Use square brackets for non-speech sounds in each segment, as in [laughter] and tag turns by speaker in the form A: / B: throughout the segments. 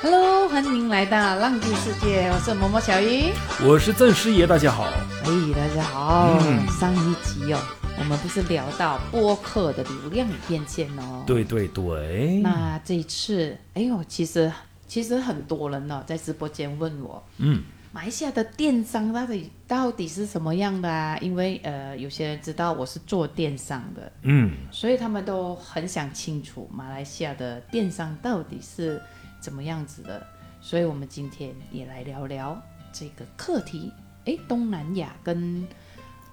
A: Hello，欢迎来到浪迹世界，我是嬷嬷小鱼。
B: 我是郑师爷，大家好。
A: 哎，大家好，
B: 嗯
A: 上一集哦，我们不是聊到播客的流量与变现哦。。
B: 对对对，
A: 那这一次，哎呦，其实其实很多人呢、在直播间问我，
B: 嗯，
A: 马来西亚的电商到底到底是什么样的啊？因为呃，有些人知道我是做电商的，
B: 嗯，
A: 所以他们都很想清楚马来西亚的电商到底是怎么样子的。所以我们今天也来聊聊这个课题。诶，东南亚跟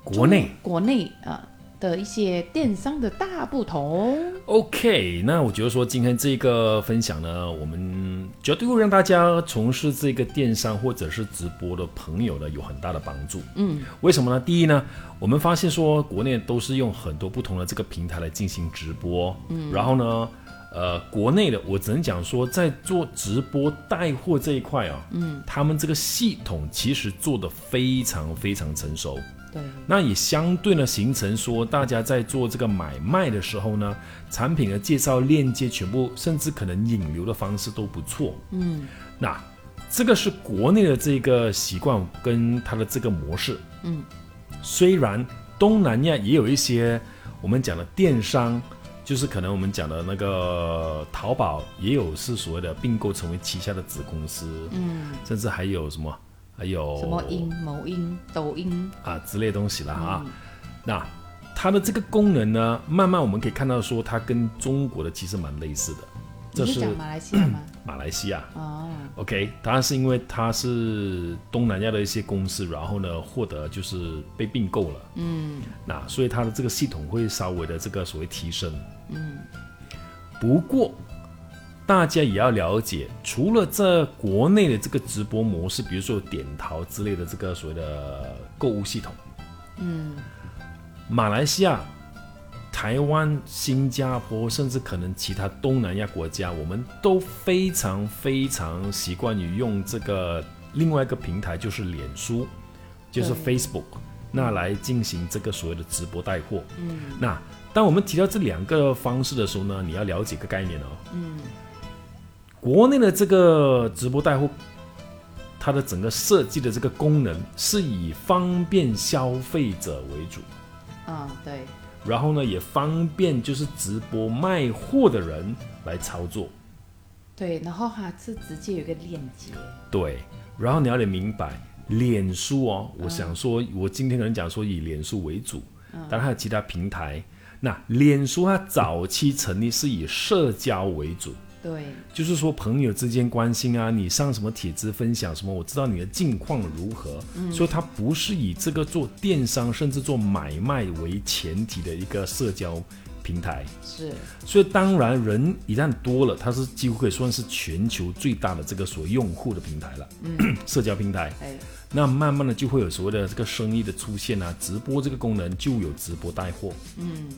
B: 国内
A: 中国内啊、呃、的一些电商的大不同。
B: OK。那我觉得说今天这个分享呢，我们绝对会让大家从事这个电商或者是直播的朋友呢有很大的帮助。
A: 嗯，
B: 为什么呢？第一呢，我们发现说国内都是用很多不同的这个平台来进行直播，嗯，然后呢。呃，国内的我只能讲说，在做直播带货这一块啊，嗯，他们这个系统其实做的非常非常成熟，
A: 对，
B: 那也相对呢，形成说大家在做这个买卖的时候呢，产品的介绍、链接全部，甚至可能引流的方式都不错。嗯，那这个是国内的这个习惯跟它的这个模式。嗯，虽然东南亚也有一些我们讲的电商。就是可能我们讲的那个淘宝也有是所谓的并购成为旗下的子公司，嗯，甚至还有什么，还有
A: 什么音、某音、抖音，
B: 啊之类的东西了啊。那它的这个功能呢，慢慢我们可以看到说，它跟中国的其实蛮类似的。这
A: 你是
B: 是
A: 讲马来西亚吗？
B: 马来西亚
A: 哦，
B: ，OK，它是因为它是东南亚的一些公司，然后呢获得就是被并购了，嗯，那所以它的这个系统会稍微的这个所谓提升，嗯，不过。大家也要了解，除了这国内的这个直播模式，比如说有点淘之类的这个所谓的购物系统，马来西亚、台湾、新加坡，甚至可能其他东南亚国家，我们都非常非常习惯于用这个另外一个平台，就是脸书，就是
A: 对
B: Facebook，那来进行这个所谓的直播带货。嗯，那当我们提到这两个方式的时候呢，你要了解一个概念哦。嗯，国内的这个直播带货。它的整个设计的这个功能是以方便消费者为主，
A: 嗯，对，
B: 然后呢，也方便就是直播卖货的人来操作。
A: 对，然后它是直接有一个链接，
B: 对，然后你要得明白，脸书哦，我想说，我今天可能讲说以脸书为主，当然还有其他平台。那脸书它早期成立是以社交为主，
A: 对，
B: 就是说朋友之间关心啊，你上什么帖子分享什么，我知道你的近况如何，所以它不是以这个做电商甚至做买卖为前提的一个社交平台。
A: 是，
B: 所以当然，人一旦多了，它是几乎可以算是全球最大的这个所用户的平台了， [clears throat] 社交平台。
A: 哎，
B: 那慢慢的就会有所谓的这个生意的出现啊，直播这个功能就有直播带货。嗯，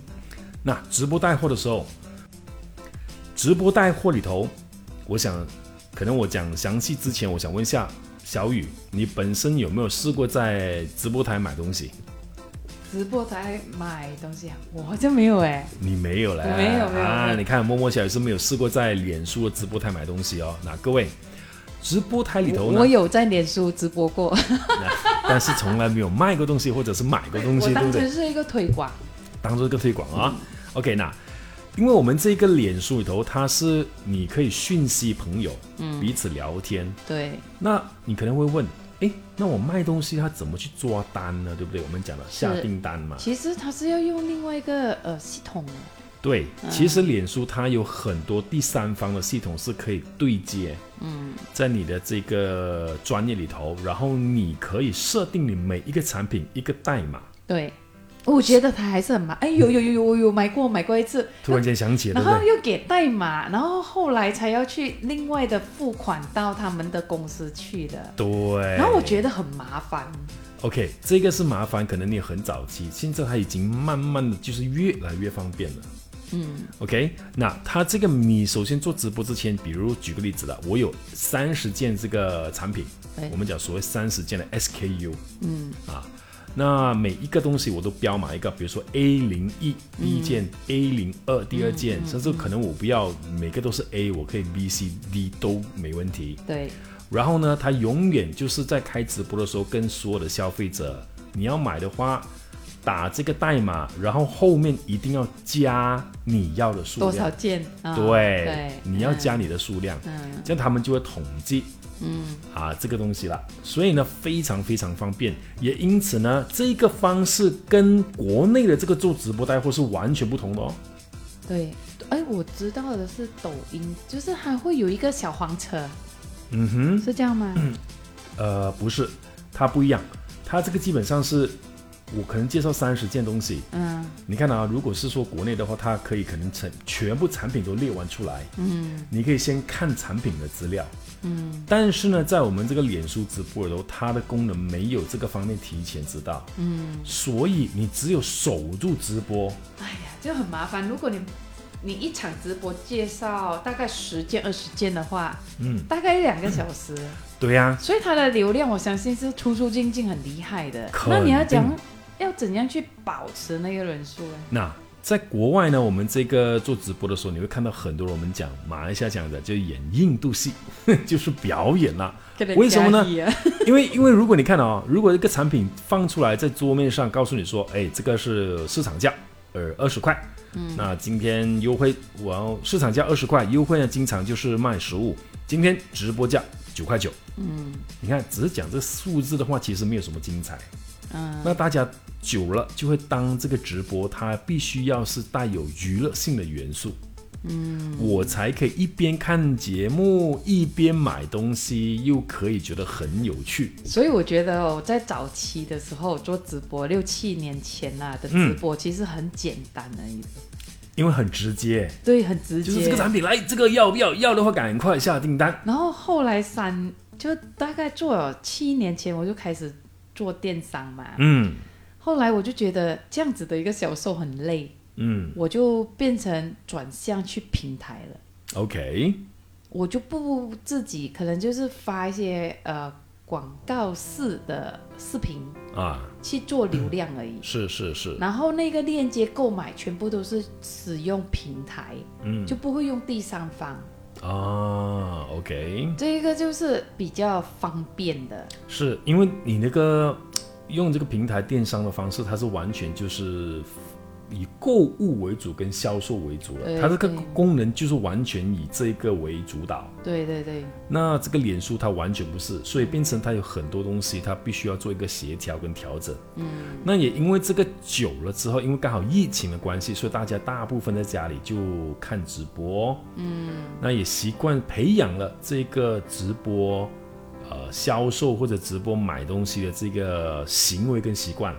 B: 那直播带货的时候，直播带货里头，我想，可能我讲详细之前，我想问一下小雨，你本身有没有试过在直播台买东西？
A: 直播台买东西啊，我好像没有哎、
B: 你没有嘞，
A: 我没有没有没
B: 啊！
A: 有
B: 你看，默默小雨是没有试过在脸书的直播台买东西哦。那各位，直播台里头
A: 我我
B: 呢，
A: 有在脸书直播过，
B: 但是从来没有卖过东西或者是买过东西，
A: 我
B: 对不
A: 当
B: 对
A: 成？是一个推广，
B: 当做一个推广啊。OK，那因为我们这个脸书里头，它是你可以讯息朋友，
A: 嗯
B: 彼此聊天。
A: 对，
B: 那你可能会问，诶，那我卖东西它怎么去抓单呢？对不对？我们讲了下订单嘛。
A: 其实它是要用另外一个呃系统的，
B: 对，
A: 嗯
B: 其实脸书它有很多第三方的系统是可以对接，嗯，在你的这个专业里头，然后你可以设定你每一个产品一个代码。
A: 对，我觉得它还是很麻，哎，有有有有，我有买过买过一次，
B: 突然间想起了，
A: 然
B: 对不
A: 后
B: 对？
A: 又给代码，然后后来才要去另外的付款到他们的公司去的，
B: 对。
A: 然后我觉得很麻烦，
B: OK，这个是麻烦，可能你很早期，现在它已经慢慢的就是越来越方便了。嗯，OK，那它这个你首先做直播之前，比如举个例子啦，我有三十件这个产品
A: 对，
B: 我们讲所谓三十件的 SKU，嗯啊，那每一个东西我都标码一个，比如说 A 零一第一件、a 零二第二件，甚至可能我不要每个都是 A，我可以 B、C、D 都没问题。
A: 对，
B: 然后呢，他永远就是在开直播的时候跟所有的消费者，你要买的话，打这个代码，然后后面一定要加你要的数
A: 多
B: 量
A: 少。件？啊、
B: 对，
A: 对，
B: 你要
A: 嗯
B: 加你的数量，
A: 嗯
B: 这样他们就会统计，嗯，啊这个东西了。所以呢，非常非常方便，也因此呢，这个方式跟国内的这个做直播带货是完全不同的哦。
A: 对，哎，我知道的是抖音，就是还会有一个小黄车，
B: 嗯哼，
A: 是这样吗？
B: 呃，不是，它不一样，它这个基本上是。我可能介绍三十件东西，
A: 嗯
B: 你看啊，如果是说国内的话，它可以可能成全部产品都列完出来，
A: 嗯
B: 你可以先看产品的资料，
A: 嗯
B: 但是呢，在我们这个脸书直播的时候，它的功能没有这个方面提前知道，
A: 嗯，
B: 所以你只有守住直播，
A: 哎呀，就很麻烦。如果你你一场直播介绍大概十件二十件的话，
B: 嗯，
A: 大概一两个小时，
B: 对啊呀、
A: 所以它的流量我相信是出出进进很厉害的。
B: 肯
A: 那你要
B: 定
A: 讲要怎样去保持那个人数啊呢？
B: 那在国外呢，我们这个做直播的时候，你会看到很多人我们讲马来西亚讲的，就演印度戏， [laughs] 就是表演啦。
A: 跟人
B: 为什么呢
A: 家一样？啊
B: [laughs] 因为因为如果你看哦，如果一个产品放出来在桌面上，告诉你说，哎，这个是市场价，呃，二十块，嗯，那今天优惠，我要市场价二十块，优惠呢经常就是卖十五，今天直播价九块九，
A: 嗯
B: 你看只是讲这数字的话，其实没有什么精彩，
A: 嗯
B: 那大家久了就会当这个直播，它必须要是带有娱乐性的元素。嗯，我才可以一边看节目一边买东西，又可以觉得很有趣。
A: 所以我觉得我在早期的时候做直播，六七年前啦、的直播其实很简单而已的，
B: 因为很直接，
A: 对，很直
B: 就
A: 接。
B: 是这个产品来，这个要不要？要的话赶快下订单。
A: 然后后来三就大概做了七年前，我就开始做电商嘛。
B: 嗯
A: 后来我就觉得这样子的一个销售很累，
B: 嗯
A: 我就变成转向去平台了。
B: ，OK，
A: 我就不自己可能就是发一些呃广告式的视频
B: 啊，
A: 去做流量而已。
B: 是是是，
A: 然后那个链接购买全部都是使用平台，
B: 嗯
A: 就不会用第三方。
B: 啊，OK，
A: 这一个就是比较方便的，
B: 是因为你那个用这个平台电商的方式，它是完全就是以购物为主跟销售为主了，
A: 对
B: 它这个
A: 对
B: 功能就是完全以这个为主导。
A: 对对对，
B: 那这个脸书它完全不是，所以变成它有很多东西，它必须要做一个协调跟调整。嗯，那也因为这个久了之后，因为刚好疫情的关系，所以大家大部分在家里就看直播。嗯，那也习惯培养了这个直播，呃，销售或者直播买东西的这个行为跟习惯。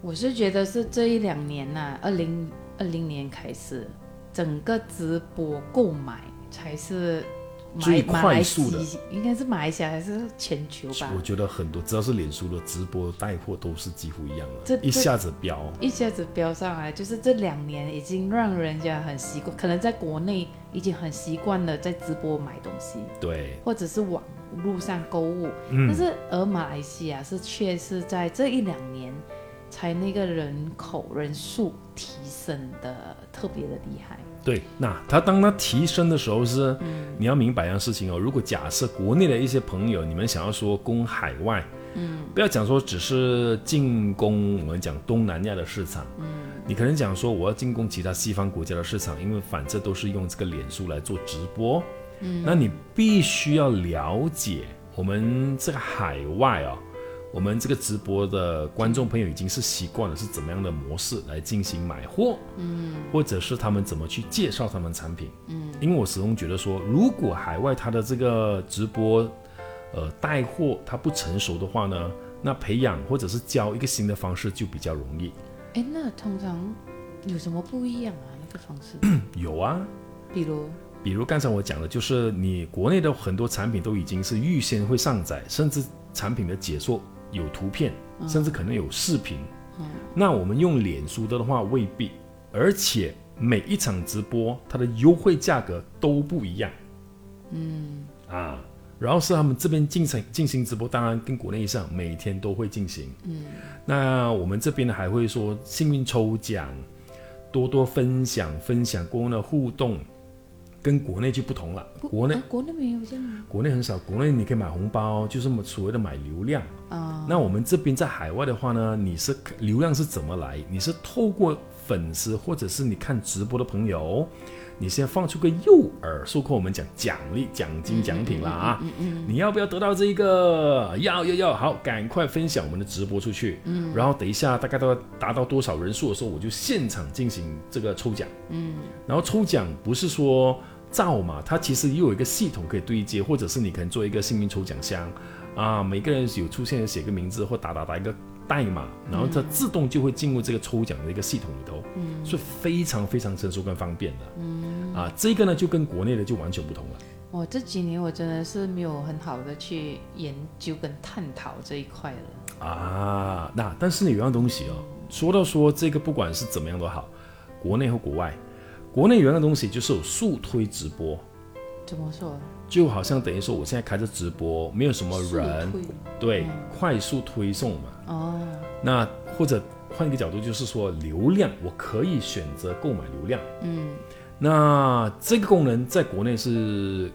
A: 我是觉得是这一两年呐、2二零二零年开始，整个直播购买才是马
B: 最
A: 马
B: 快
A: 来
B: 速的
A: 西应该是马来西亚还是全球吧
B: 我，觉得很多只要是脸书的直播带货都是几乎一样
A: 这
B: 的，一
A: 这
B: 下子飙。
A: 一下子飙上来，就是这两年已经让人家很习惯，可能在国内已经很习惯了在直播买东西。
B: 对，
A: 或者是网路上购物，但
B: 嗯，
A: 是而马来西亚是却是在这一两年才那个人口人数提升的特别的厉害。
B: 对，那它当它提升的时候是，你要明白一样事情哦。如果假设国内的一些朋友，你们想要说攻海外，嗯，不要讲说只是进攻我们讲东南亚的市场，嗯，你可能讲说我要进攻其他西方国家的市场，因为反正都是用这个脸书来做直播，嗯，那你必须要了解我们这个海外哦。我们这个直播的观众朋友已经是习惯了是怎么样的模式来进行买货，或者是他们怎么去介绍他们产品。嗯，因为我始终觉得说，如果海外它的这个直播，呃，带货它不成熟的话呢，那培养或者是教一个新的方式就比较容易。
A: 哎，那通常有什么不一样啊？那个方
B: [coughs]
A: 式，
B: 有啊，
A: 比如，
B: 比如刚才我讲的，就是你国内的很多产品都已经是预先会上载，甚至产品的解说有图片，甚至可能有视频。那我们用脸书的话未必，而且每一场直播它的优惠价格都不一样。嗯啊，然后是他们这边进行进行直播，当然跟国内一样，每天都会进行。嗯，那我们这边呢还会说幸运抽奖，多多分享分享过后呢互动，跟国内就不同了。
A: 不
B: 国内
A: 啊国内没有这样吗
B: 国内很少，国内你可以买红包，就是所谓的买流量。
A: 啊、
B: 那我们这边在海外的话呢，你是流量是怎么来？你是透过粉丝，或者是你看直播的朋友，你先放出个诱饵，授课我们讲奖励、奖金、奖品啦啊！你要不要得到这一个？要要要！好，赶快分享我们的直播出去。嗯，然后等一下大概到达到多少人数的时候，我就现场进行这个抽奖。嗯，然后抽奖不是说。照嘛，它其实又有一个系统可以对接，或者是你可能做一个幸运抽奖箱，啊，每个人有出现写个名字或打打打一个代码，然后它自动就会进入这个抽奖的一个系统里头，嗯，所以非常非常成熟跟方便的，嗯，啊，这个呢就跟国内的就完全不同了，
A: 我哦这几年我真的是没有很好的去研究跟探讨这一块了。
B: 啊，那但是有一样东西哦，说到说这个不管是怎么样都好，国内和国外，国内有一样东西就是有速推直播，
A: 怎么说？
B: 就好像等于说我现在开着直播，没有什么
A: 速
B: 人，
A: 推
B: 对，快速推送嘛。
A: 哦，
B: 那或者换一个角度，就是说流量，我可以选择购买流量。嗯，那这个功能在国内是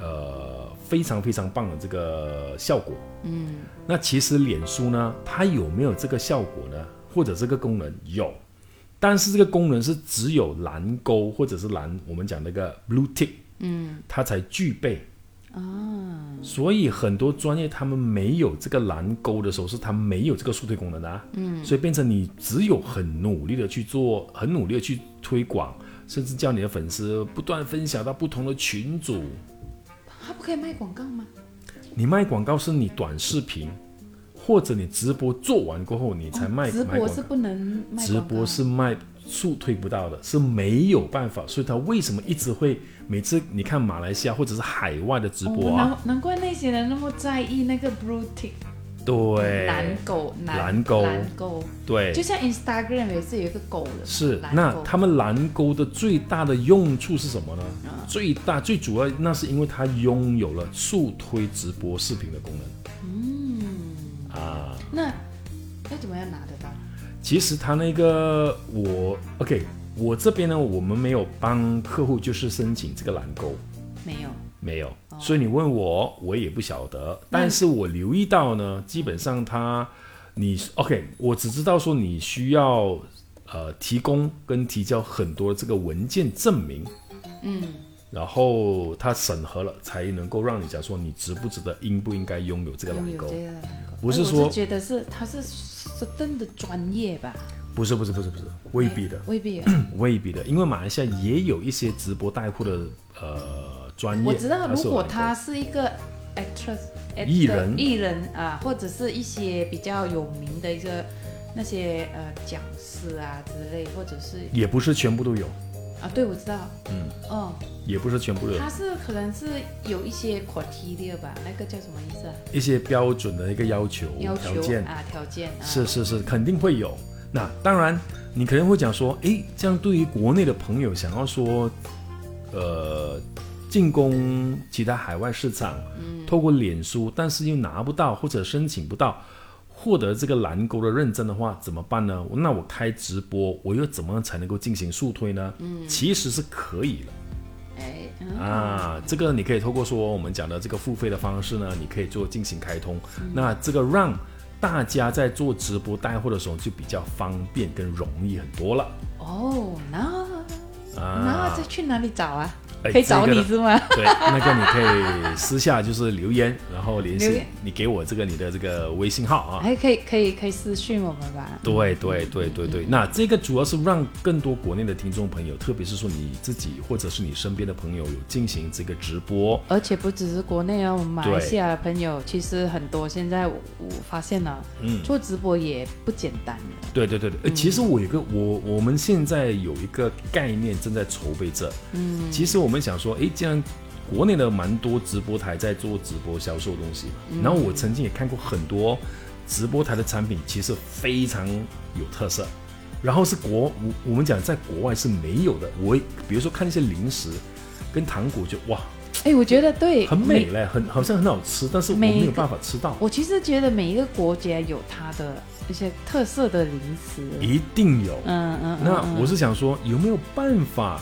B: 呃非常非常棒的这个效果。嗯，那其实脸书呢，它有没有这个效果呢？或者这个功能有，但是这个功能是只有蓝勾或者是蓝我们讲那个 blue tick，嗯，它才具备。所以很多专业他们没有这个蓝勾的时候，是他们没有这个速推功能的、啊。嗯，所以变成你只有很努力的去做，很努力的去推广，甚至叫你的粉丝不断分享到不同的群组。
A: 他不可以卖广告吗？
B: 你卖广告是你短视频，或者你直播做完过后你才卖、
A: 哦直
B: 卖
A: 播
B: 广
A: 是
B: 告。
A: 不能卖
B: 直
A: 广告
B: 播是卖速推不到的，是没有办法。所以他为什么一直会每次你看马来西亚或者是海外的直播
A: 哦
B: 啊？
A: 难难怪那些人那么在意那个 blue tick
B: 对，
A: 蓝狗蓝
B: 蓝勾
A: 蓝勾，
B: 对，
A: 就像 Instagram 也是有一个狗的嘛，
B: 是，
A: 蓝
B: 那
A: 勾
B: 他们蓝勾的最大的用处是什么呢？最大最主要，那是因为它拥有了速推直播视频的功能。嗯，啊，
A: 那要怎么样拿得到？
B: 其实它那个我 OK，我这边呢，我们没有帮客户就是申请这个蓝勾，
A: 没有，
B: 没有，
A: 哦
B: 所以你问我，我也不晓得。但是我留意到
A: 嗯
B: 呢，基本上它，你 OK，我只知道说你需要呃提供跟提交很多这个文件证明，嗯，然后它审核了才能够让你讲说你值不值得，应不应该拥有这个
A: 没
B: 蓝
A: 有
B: 勾。
A: 这个蓝勾，
B: 不是
A: 哎我
B: 说
A: 觉得是他是是真的专业吧？
B: 不是不是不是不是，未必的，嗯
A: 未必啊，
B: [coughs] 未必的，因为马来西亚也有一些直播带货的呃专业，
A: 我知道，
B: 它
A: 如
B: 是有
A: 果
B: 蓝勾
A: 他是一个 actress actor，
B: 艺人
A: 艺人啊，或者是一些比较有名的一个那些呃讲师啊之类，或者是
B: 也不是全部都有，
A: 啊，对，我知道，嗯，哦，
B: 也不是全部都有。
A: 他是可能是有一些 criteria 吧，那个叫什么意思啊？
B: 一些标准的一个要求、
A: 要
B: 哦条
A: 求
B: 件，
A: 啊，条件啊，
B: 是是是，肯定会有。那当然，你可能会讲说，诶，这样对于国内的朋友想要说，呃，进攻其他海外市场，
A: 嗯
B: 透过脸书，但是又拿不到或者申请不到。获得这个蓝勾的认证的话，怎么办呢？那我开直播，我又怎么样才能够进行速推呢？嗯，其实是可以的。
A: 哎，嗯，
B: 啊，这个你可以透过说我们讲的这个付费的方式呢，你可以做进行开通。
A: 嗯
B: 那这个让大家在做直播带货的时候就比较方便跟容易很多了
A: 哦，那那
B: 啊
A: 再。去哪里找啊？
B: 哎
A: 可以找
B: 这个
A: 你
B: 呢
A: 是吗？
B: 对，那个你可以私下就是留言，然后联
A: 留
B: 系
A: 言哎
B: 你给我这个你的这个微信号啊。
A: 还可以可以可以私讯我们吧？
B: 对对对对对，那这个主要是让更多国内的听众朋友，特别是说你自己或者是你身边的朋友有进行这个直播，
A: 而且不只是国内啊，我们马来
B: 对
A: 西亚的朋友其实很多。现在我我发现了，
B: 嗯
A: 做直播也不简单了。
B: 对对对
A: 嗯
B: 对，呃其实我有一个我我们现在有一个概念正在筹备着，嗯，其实我们想说，诶，既然国内的蛮多直播台在做直播销售东西嘛，
A: 嗯
B: 然后我曾经也看过很多直播台的产品，其实非常有特色，然后是国我我们讲在国外是没有的，我比如说看一些零食跟糖果就哇，嘖
A: 哎，我觉得对，
B: 很美嘞，很好像很好吃，但是我没
A: 每
B: 有
A: 个
B: 办法吃到。
A: 我其实觉得每一个国家有它的一些特色的零食，
B: 一定有。
A: 嗯嗯，
B: 那
A: 嗯
B: 我是想说，有没有办法，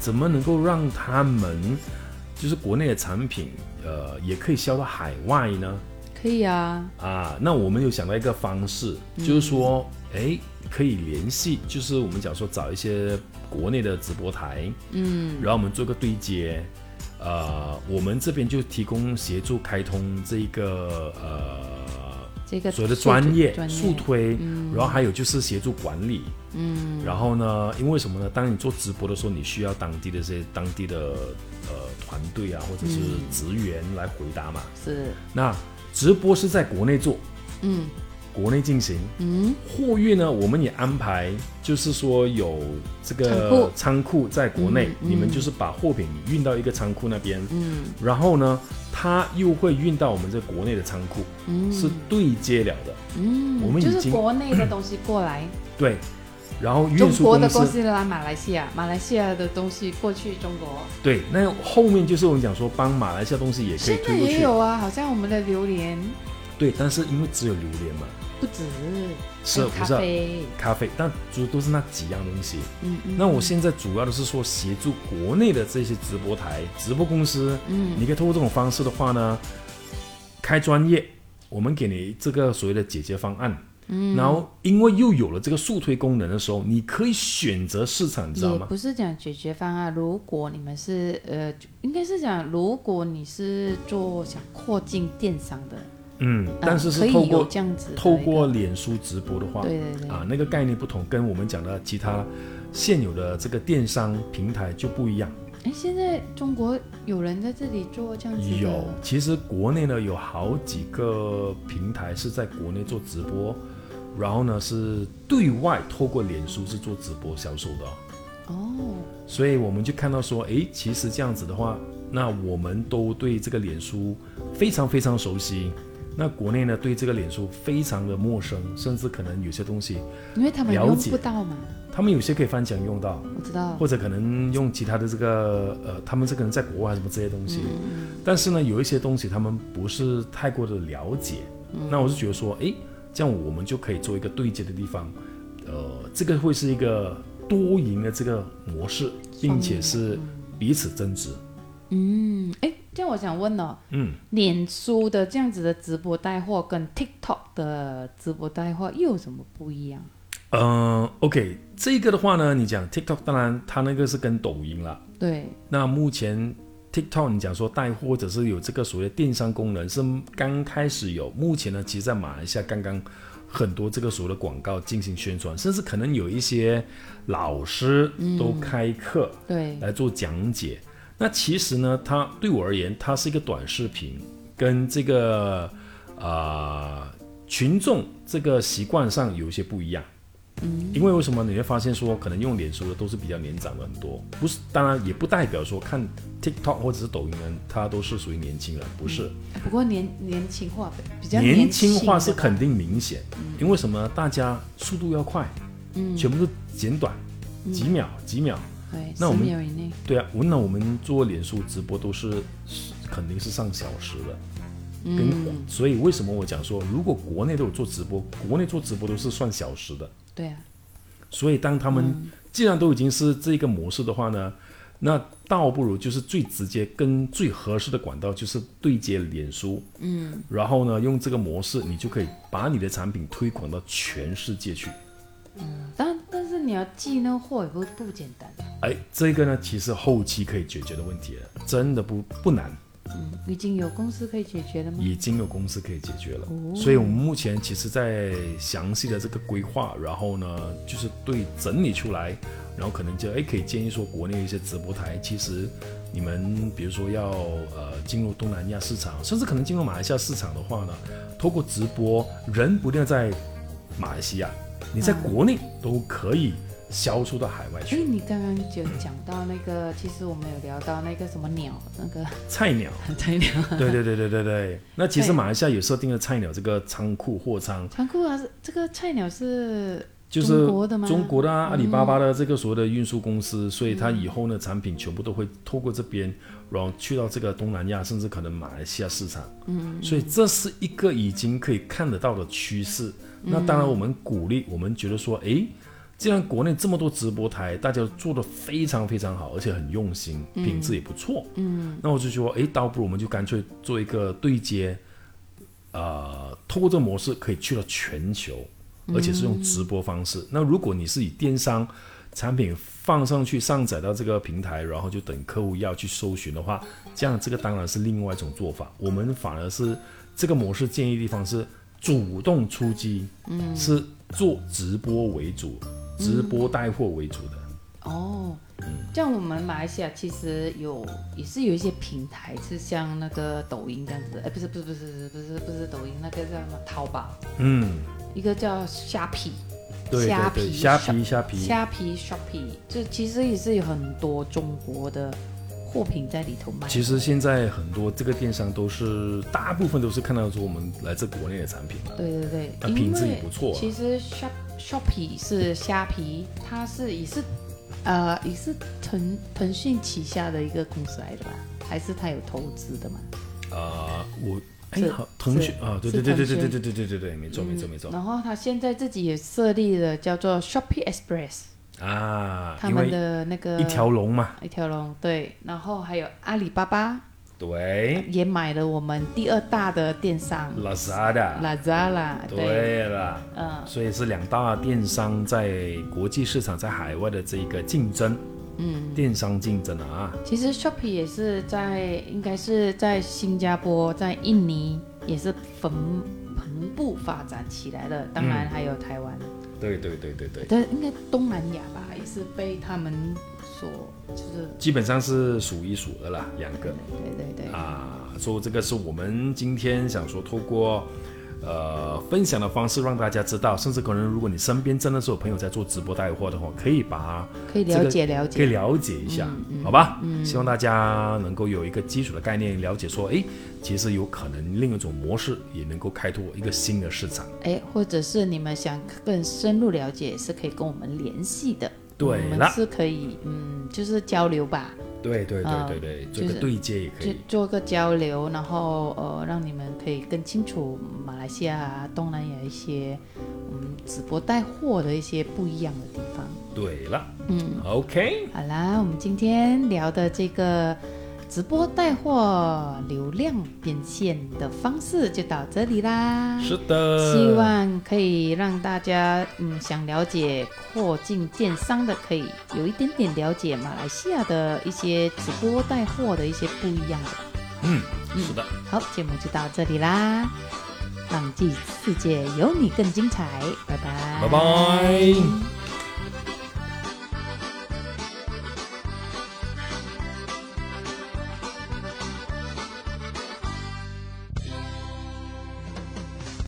B: 怎么能够让他们就是国内的产品，呃，也可以销到海外呢？
A: 可以啊，
B: 啊，那我们有想到一个方式，就是说，哎，可以联系，就是我们讲说找一些国内的直播台，嗯，然后我们做个对接，呃，我们这边就提供协助开通这一个呃
A: 这个
B: 所谓的专业
A: 专嗯
B: 速推，然后还有就是协助管理，嗯，然后呢，因为什么呢？当你做直播的时候，你需要当地的这些当地的呃团队啊，或者是
A: 嗯
B: 职员来回答嘛。
A: 是
B: 那直播是在国内做，
A: 嗯
B: 国内进行，
A: 嗯
B: 货运呢，我们也安排，就是说有这
A: 仓库
B: 个仓库在国内，你们就是把货品运到一个仓库那边，
A: 嗯
B: 然后呢，它又会运到我们这国内的仓库，
A: 嗯
B: 是对接了的。
A: 嗯，
B: 我们已
A: 就
B: 经
A: 是国内的东西过来，
B: 对，然后运
A: 中
B: 输
A: 国
B: 公
A: 的公
B: 司，
A: 司来马来西亚，马来西亚的东西过去中国。
B: 对，那后面就是我们讲说帮马来西亚东西也可以
A: 现在
B: 推过
A: 也
B: 去，
A: 有啊，好像我们的榴莲
B: 对，但是因为只有榴莲嘛，
A: 不止，
B: 是
A: 还有
B: 不
A: 咖
B: 是啊
A: 啡，
B: 咖啡，但主都是那几样东西。
A: 嗯嗯，
B: 那我现在主要的是说协助国内的这些直播台、直播公司，
A: 嗯，
B: 你可以通过这种方式的话呢，开专业，我们给你这个所谓的解决方案。嗯，然后因为又有了这个速推功能的时候，你可以选择市场，你知道
A: 也
B: 吗？
A: 不是讲解决方案。如果你们是呃，应该是讲，如果你是做想扩进电商的，
B: 嗯，
A: 呃
B: 但是
A: 可
B: 是
A: 以
B: 透
A: 有
B: 过
A: 这样子的一个，
B: 透过脸书直播的话，
A: 对对对
B: 啊，那个概念不同，跟我们讲的其他现有的这个电商平台就不一样。
A: 哎，现在中国有人在这里做这嗯样子的，
B: 有，其实国内呢有好几个平台是在国内做直播，然后呢是对外透过脸书是做直播销售的哦，
A: 哦，
B: 所以我们就看到说，诶，其实这样子的话，那我们都对这个脸书非常非常熟悉。那国内呢，对这个脸书非常的陌生，甚至可能有些东西，
A: 因为他们
B: 了
A: 用
B: 解
A: 不到嘛，
B: 他们有些可以翻墙用到，
A: 我知道，
B: 或者可能用其他的这个呃，他们这可能在国外什么这些东西，但是呢，有一些东西他们不是太过的了解，那我是觉得说，诶，这样我们就可以做一个对接的地方，呃，这个会是一个多赢的这个模式，并且是彼此增值，
A: 嗯，哎，这样我想问哦，
B: 嗯，
A: 脸书的这样子的直播带货跟 TikTok 的直播带货又有什么不一样？
B: 呃，OK，这个的话呢，你讲 TikTok，当然它那个是跟抖音啦，
A: 对，
B: 那目前 TikTok 你讲说带货或者是有这个所谓的电商功能是刚开始有，目前呢，其实在马来西亚刚刚很多这个所谓的广告进行宣传，甚至可能有一些老师都开课
A: 对，
B: 来做讲解。那其实呢，它对我而言，它是一个短视频跟这个呃群众这个习惯上有一些不一样。因为为什么你会发现说，可能用脸书的都是比较年长的很多，不是？当然也不代表说看 TikTok 或者是抖音的人，他都是属于年轻人，不是？
A: 哎不过年年轻化比较
B: 年
A: 轻
B: 轻化是
A: 的吧
B: 肯定明显，因为什么？大家速度要快，嗯，全部都简短，几秒几秒。
A: 对，
B: 那我
A: 10
B: 们
A: 秒以内
B: 对啊，我那我们做脸书直播都是肯定是上小时的，跟、
A: 嗯
B: 所以为什么我讲说，如果国内都有做直播，国内做直播都是算小时的，
A: 对啊，
B: 所以当他们既然都已经是这个模式的话呢，那倒不如就是最直接跟最合适的管道就是对接脸书，嗯，然后呢用这个模式，你就可以把你的产品推广到全世界去。
A: 但但是你要寄那货也不不简单，啊
B: 哎，这个呢其实后期可以解决的问题了，真的不不难。
A: 嗯，已经有公司可以解决了吗？
B: 已经有公司可以解决了，所以我们目前其实，在详细的这个规划，然后呢，就是对整理出来，然后可能就哎可以建议说，国内一些直播台，其实你们比如说要呃进入东南亚市场，甚至可能进入马来西亚市场的话呢，透过直播，人不一定要在马来西亚，你在国内都可以销售到海外
A: 哎，
B: 去。
A: 你刚刚就讲到那个，其实我们有聊到那个什么鸟，那个 [laughs]
B: 菜鸟，
A: 菜鸟
B: 对对对对对对，那其实
A: 对
B: 马来西亚有设定了菜鸟这个仓库货仓。
A: 仓库啊，这个菜鸟是
B: 就是
A: 中国的吗嗯
B: 中国的、啊、阿里巴巴的这个所谓的运输公司，所以它以后呢产品全部都会透过这边，然后去到这个东南亚，甚至可能马来西亚市场。嗯，所以这是一个已经可以看得到的趋势。
A: 嗯
B: 那当然，我们鼓励，我们觉得说，诶，既然国内这么多直播台，大家做的非常非常好，而且很用心，品质也不错。嗯，那我就说，诶，倒不如我们就干脆做一个对接，呃，透过这个模式可以去到全球，而且是用直播方式。那如果你是以电商产品放上去上载到这个平台，然后就等客户要去搜寻的话，这样这个当然是另外一种做法。我们反而是这个模式建议的地方是主动出击，嗯，是做直播为主，直播带货为主的。
A: 哦，
B: 嗯
A: 这样我们马来西亚其实有也是有一些平台是像那个抖音这样子，哎，不是不是不是不是不是抖音，那个叫什么淘宝，
B: 嗯，
A: 一个叫虾皮，
B: 对对对，
A: 虾
B: 虾
A: 皮
B: 皮虾皮，
A: 虾皮 Shopee，这其实也是有很多中国的货品在里头卖。
B: 其实现在很多这个电商都是大部分都是看到说我们来自国内的产品了。
A: 对对对，
B: 那
A: 因为
B: 品质也不错啊
A: 其实 Shop Shopee 是虾皮，它是也是呃也是腾腾讯旗下的一个公司来的吧？还是它有投资的嘛？
B: 啊，我哎
A: 是，
B: 好，腾讯
A: 是
B: 啊，对
A: 是嗯
B: 对对对
A: 腾
B: 对
A: 讯
B: 对对对对对对，没错没错没错
A: 然后它现在自己也设立了叫做 Shopee Express，
B: 啊，
A: 他
B: 因
A: 们
B: 为
A: 的那个
B: 一条龙嘛，
A: 一条龙对，然后还有阿里巴巴
B: 对
A: 也买了我们第二大的电商
B: ，Lazada，
A: Lazada，对，
B: 嗯对了，
A: 嗯
B: 所以是两大电商在国际市场在海外的这个竞争，嗯，电商竞争啊，
A: 其实 Shopee 也是在，应该是在新加坡、在印尼也是蓬蓬勃发展起来的，当然还有台湾，
B: 对对对对对，
A: 但应该东南亚吧，也是被他们所就是
B: 基本上是数一数二啦，两个。
A: 对对对，
B: 啊，所以这个是我们今天想说透过。呃，分享的方式让大家知道，甚至可能如果你身边真的是有朋友在做直播带货的话，可以把
A: 可以
B: 这个
A: 了解了
B: 可以
A: 解，嗯
B: 了解一下，好吧？希望大家能够有一个基础的概念，了解说，诶，其实有可能另一种模式也能够开拓一个新的市场。
A: 哎，或者是你们想更深入了解，是可以跟我们联系的，
B: 对
A: 我们
B: 了
A: 是可以，嗯，就是交流吧，
B: 对对
A: 啊
B: 对对对，
A: 就
B: 做个
A: 是
B: 对接也可
A: 就
B: 以。
A: 做个交流，然后呃，让你们可以更清楚马来西亚啊、东南亚一些嗯直播带货的一些不一样的地方。
B: 对了，嗯，OK，
A: 好啦，我们今天聊的这个直播带货流量变现的方式就到这里啦。
B: 是的，
A: 希望可以让大家，嗯，想了解跨境电商的，可以有一点点了解马来西亚的一些直播带货的一些不一样的
B: 嗯，是的，
A: 好，节目就到这里啦，浪迹世界有你更精彩，拜拜，
B: 拜拜。